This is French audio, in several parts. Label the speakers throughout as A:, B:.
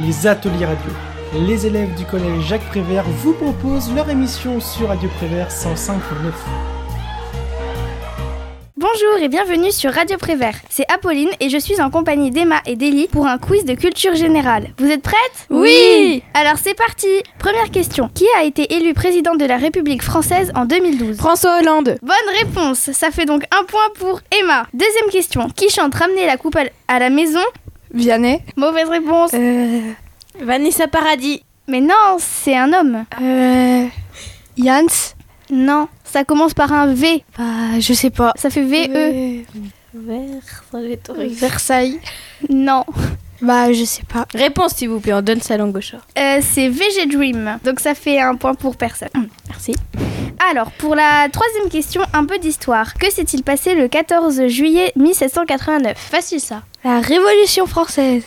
A: les ateliers radio. Les élèves du collège Jacques Prévert vous proposent leur émission sur Radio Prévert 105.9.
B: Bonjour et bienvenue sur Radio Prévert. C'est Apolline et je suis en compagnie d'Emma et d'Elie pour un quiz de culture générale. Vous êtes prêtes
C: Oui
B: Alors c'est parti Première question. Qui a été élu président de la République française en 2012
C: François Hollande.
B: Bonne réponse Ça fait donc un point pour Emma. Deuxième question. Qui chante Ramener la coupe à l- à la maison
C: Vianney.
B: Mauvaise réponse.
C: Euh.
D: Vanessa Paradis.
B: Mais non, c'est un homme.
C: Euh. Jans.
B: Non, ça commence par un V.
C: Bah, je sais pas. Euh,
B: Ça fait E. V-E.
C: Versailles.
B: Non.
C: Bah, je sais pas.
D: Réponse s'il vous plaît, on donne sa langue au chat.
B: Euh, c'est VG Dream. Donc ça fait un point pour personne.
D: Merci.
B: Alors, pour la troisième question, un peu d'histoire. Que s'est-il passé le 14 juillet 1789 Facile ça.
C: La Révolution française.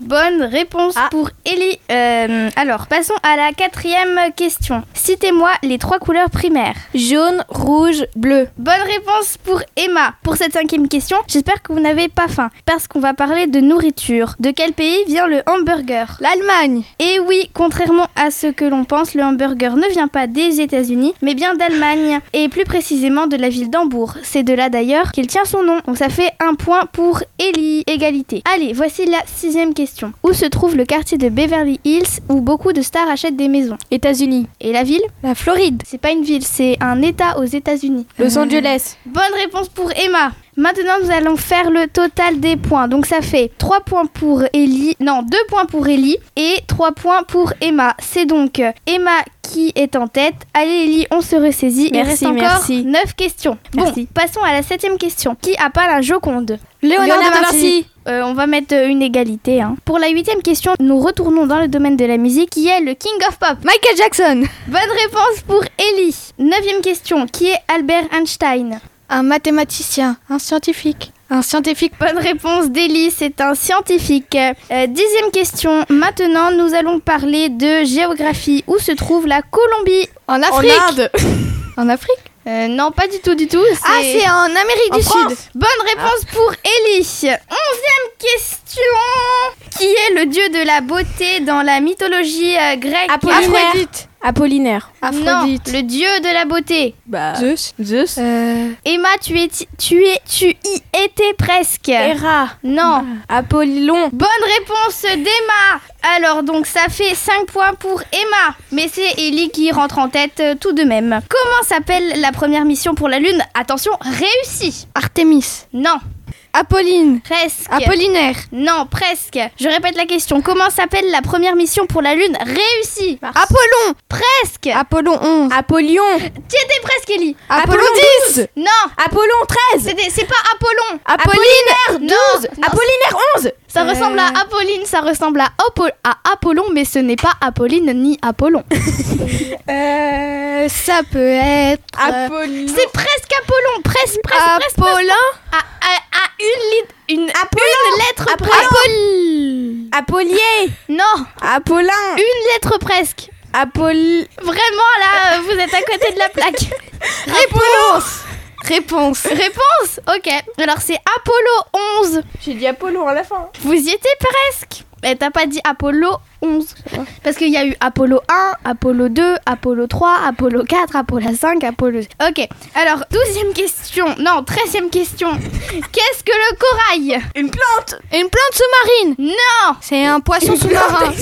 B: Bonne réponse
D: Ah.
B: pour Ellie. Euh, alors, passons à la quatrième question. Citez-moi les trois couleurs primaires.
C: Jaune, rouge, bleu.
B: Bonne réponse pour Emma. Pour cette cinquième question, j'espère que vous n'avez pas faim, parce qu'on va parler de nourriture. De quel pays vient le hamburger
C: L'Allemagne.
B: Et oui, contrairement à ce que l'on pense, le hamburger ne vient pas des États-Unis, mais bien d'Allemagne, et plus précisément de la ville d'Hambourg. C'est de là d'ailleurs qu'il tient son nom. Donc ça fait un point pour Ellie, égalité. Allez, voici la sixième question. Où se trouve le quartier de Beverly Hills où beaucoup de stars achètent des maisons
D: États-Unis.
B: Et la ville
C: La Floride. Euh,
B: C'est pas une ville, c'est un État aux États-Unis.
D: Los Angeles.
B: Bonne réponse pour Emma. Maintenant, nous allons faire le total des points. Donc, ça fait 3 points pour Ellie. Non, 2 points pour Ellie et 3 points pour Emma. C'est donc euh, Emma qui est en tête. Allez, Ellie, on se ressaisit. Il
D: Merci,
B: reste encore
D: merci.
B: 9 questions.
D: Merci.
B: Bon, passons à la septième question. Qui a pas la Joconde
C: Léonard
D: Léonard de Vinci.
B: Euh, on va mettre euh, une égalité. hein. Pour la huitième question, nous retournons dans le domaine de la musique qui est le King of Pop.
C: Michael Jackson.
B: Bonne réponse pour Ellie. Neuvième question, qui est Albert Einstein
C: Un mathématicien. Un scientifique. Un scientifique.
B: Bonne réponse d'Elie, c'est un scientifique. Euh, dixième question, maintenant nous allons parler de géographie. Où se trouve la Colombie
C: En
D: En
C: Afrique.
D: Inde.
C: En Afrique.
B: Euh, Non, pas du tout, du tout.
C: Ah, c'est en Amérique
D: En
C: du
D: France.
C: Sud. Ah.
B: Bonne réponse pour Ellie. Onzième question, qui est le dieu de la beauté dans la mythologie euh, grecque
D: Apollinaire. Apollinaire.
B: Non, le dieu de la beauté.
D: Bah.
C: Zeus.
D: Zeus.
C: Euh.
B: Emma, tu, es, tu, es, tu y étais presque.
C: Er-
D: Hera.
B: Non.
D: Apollon.
B: Bonne réponse d'Emma Alors donc ça fait 5 points pour Emma, mais c'est Ellie qui rentre en tête euh, tout de même. Comment s'appelle la première mission pour la Lune Attention, réussie
C: Artémis.
B: Non,
C: Apolline.
B: presque.
C: Apollinaire.
B: non, presque. Je répète la question. Comment s'appelle la première mission pour la Lune réussie
C: Apollon.
B: Presque
C: Apollon 11.
D: Apollon.
B: Tu étais presque Ellie
C: Apollon 10.
B: Non
D: Apollon 13.
B: c'était- c'est pas Apollon
D: Apollinaire
B: Non,
D: 12.
B: non,
D: Apollinaire 11.
B: Ça
C: Euh.
B: ressemble à Apolline, ça ressemble à, Apo- à Apollon, mais ce n'est pas Apolline ni Apollon.
C: Euh, ça peut être. euh,
D: Apollon.
B: C'est presque Apollon, presque, presque, presque.
C: Apollin.
B: À, à- à une, lit- une,
C: Oh,
D: Apollon.
B: une lettre
D: Apollon.
B: presque.
D: Apollier.
B: Non,
D: Apollin.
B: une lettre presque.
D: Apoll.
B: Vraiment là, euh, vous êtes à côté de la plaque.
D: Réponse.
C: Réponse.
B: Réponse Ok. Alors c'est Apollo 11.
D: J'ai dit Apollon à la fin.
B: Vous y étiez presque. Mais t'as pas dit Apollo 11. Parce qu'il y a eu Apollo 1, Apollo 2, Apollo 3, Apollo 4, Apollo 5, Apollo... Ok. Alors, douzième question. Non, treizième question. Qu'est-ce que le corail
D: Une plante.
C: Une plante sous-marine.
B: Non
C: C'est un poisson sous-marin.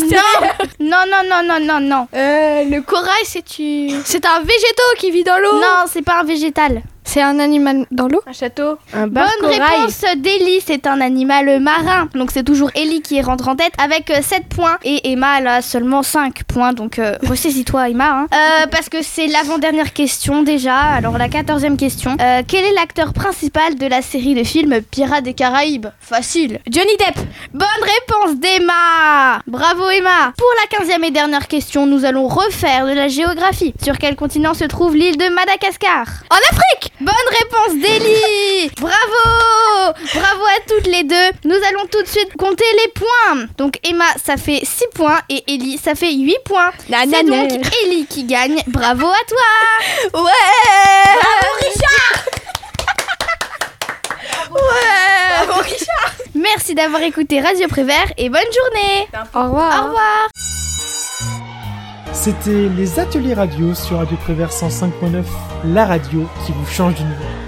B: Non, non, non, non, non, non.
D: Euh, le
B: Corail, c'est une...
C: C'est un végétaux qui vit dans l'eau.
B: Non, c'est pas un végétal.
C: C'est un animal dans l'eau.
D: Un château. Un
B: Bonne réponse d'Ellie, c'est un animal marin. Donc c'est toujours Ellie qui rentre en tête avec euh, 7 points. Et Emma, elle a seulement 5 points. Donc euh, ressaisis-toi, Emma. hein. Euh, parce que c'est l'avant-dernière question déjà. Alors la quatorzième question. Euh, quel est l'acteur principal de la série de films Pirates des Caraïbes Facile.
D: Johnny Depp.
B: Bonne réponse d'Emma Bravo Emma Pour la quinzième et dernière question, nous allons refaire de la géographie. Sur quel continent se trouve l'île de Madagascar En Afrique Bonne réponse d'Elie Bravo Bravo à toutes les deux Nous allons tout de suite compter les points Donc Emma, ça fait 6 points et Ellie, ça fait 8 points.
D: La
B: C'est donc
D: nanelle.
B: Ellie qui gagne. Bravo à toi
D: Ouais.
B: Bravo Richard
D: Bravo, Richard
B: Merci d'avoir écouté Radio Prévert et bonne journée.
C: Au revoir.
B: Au revoir.
A: C'était les ateliers radio sur Radio Prévert 105.9, la radio qui vous change d'univers.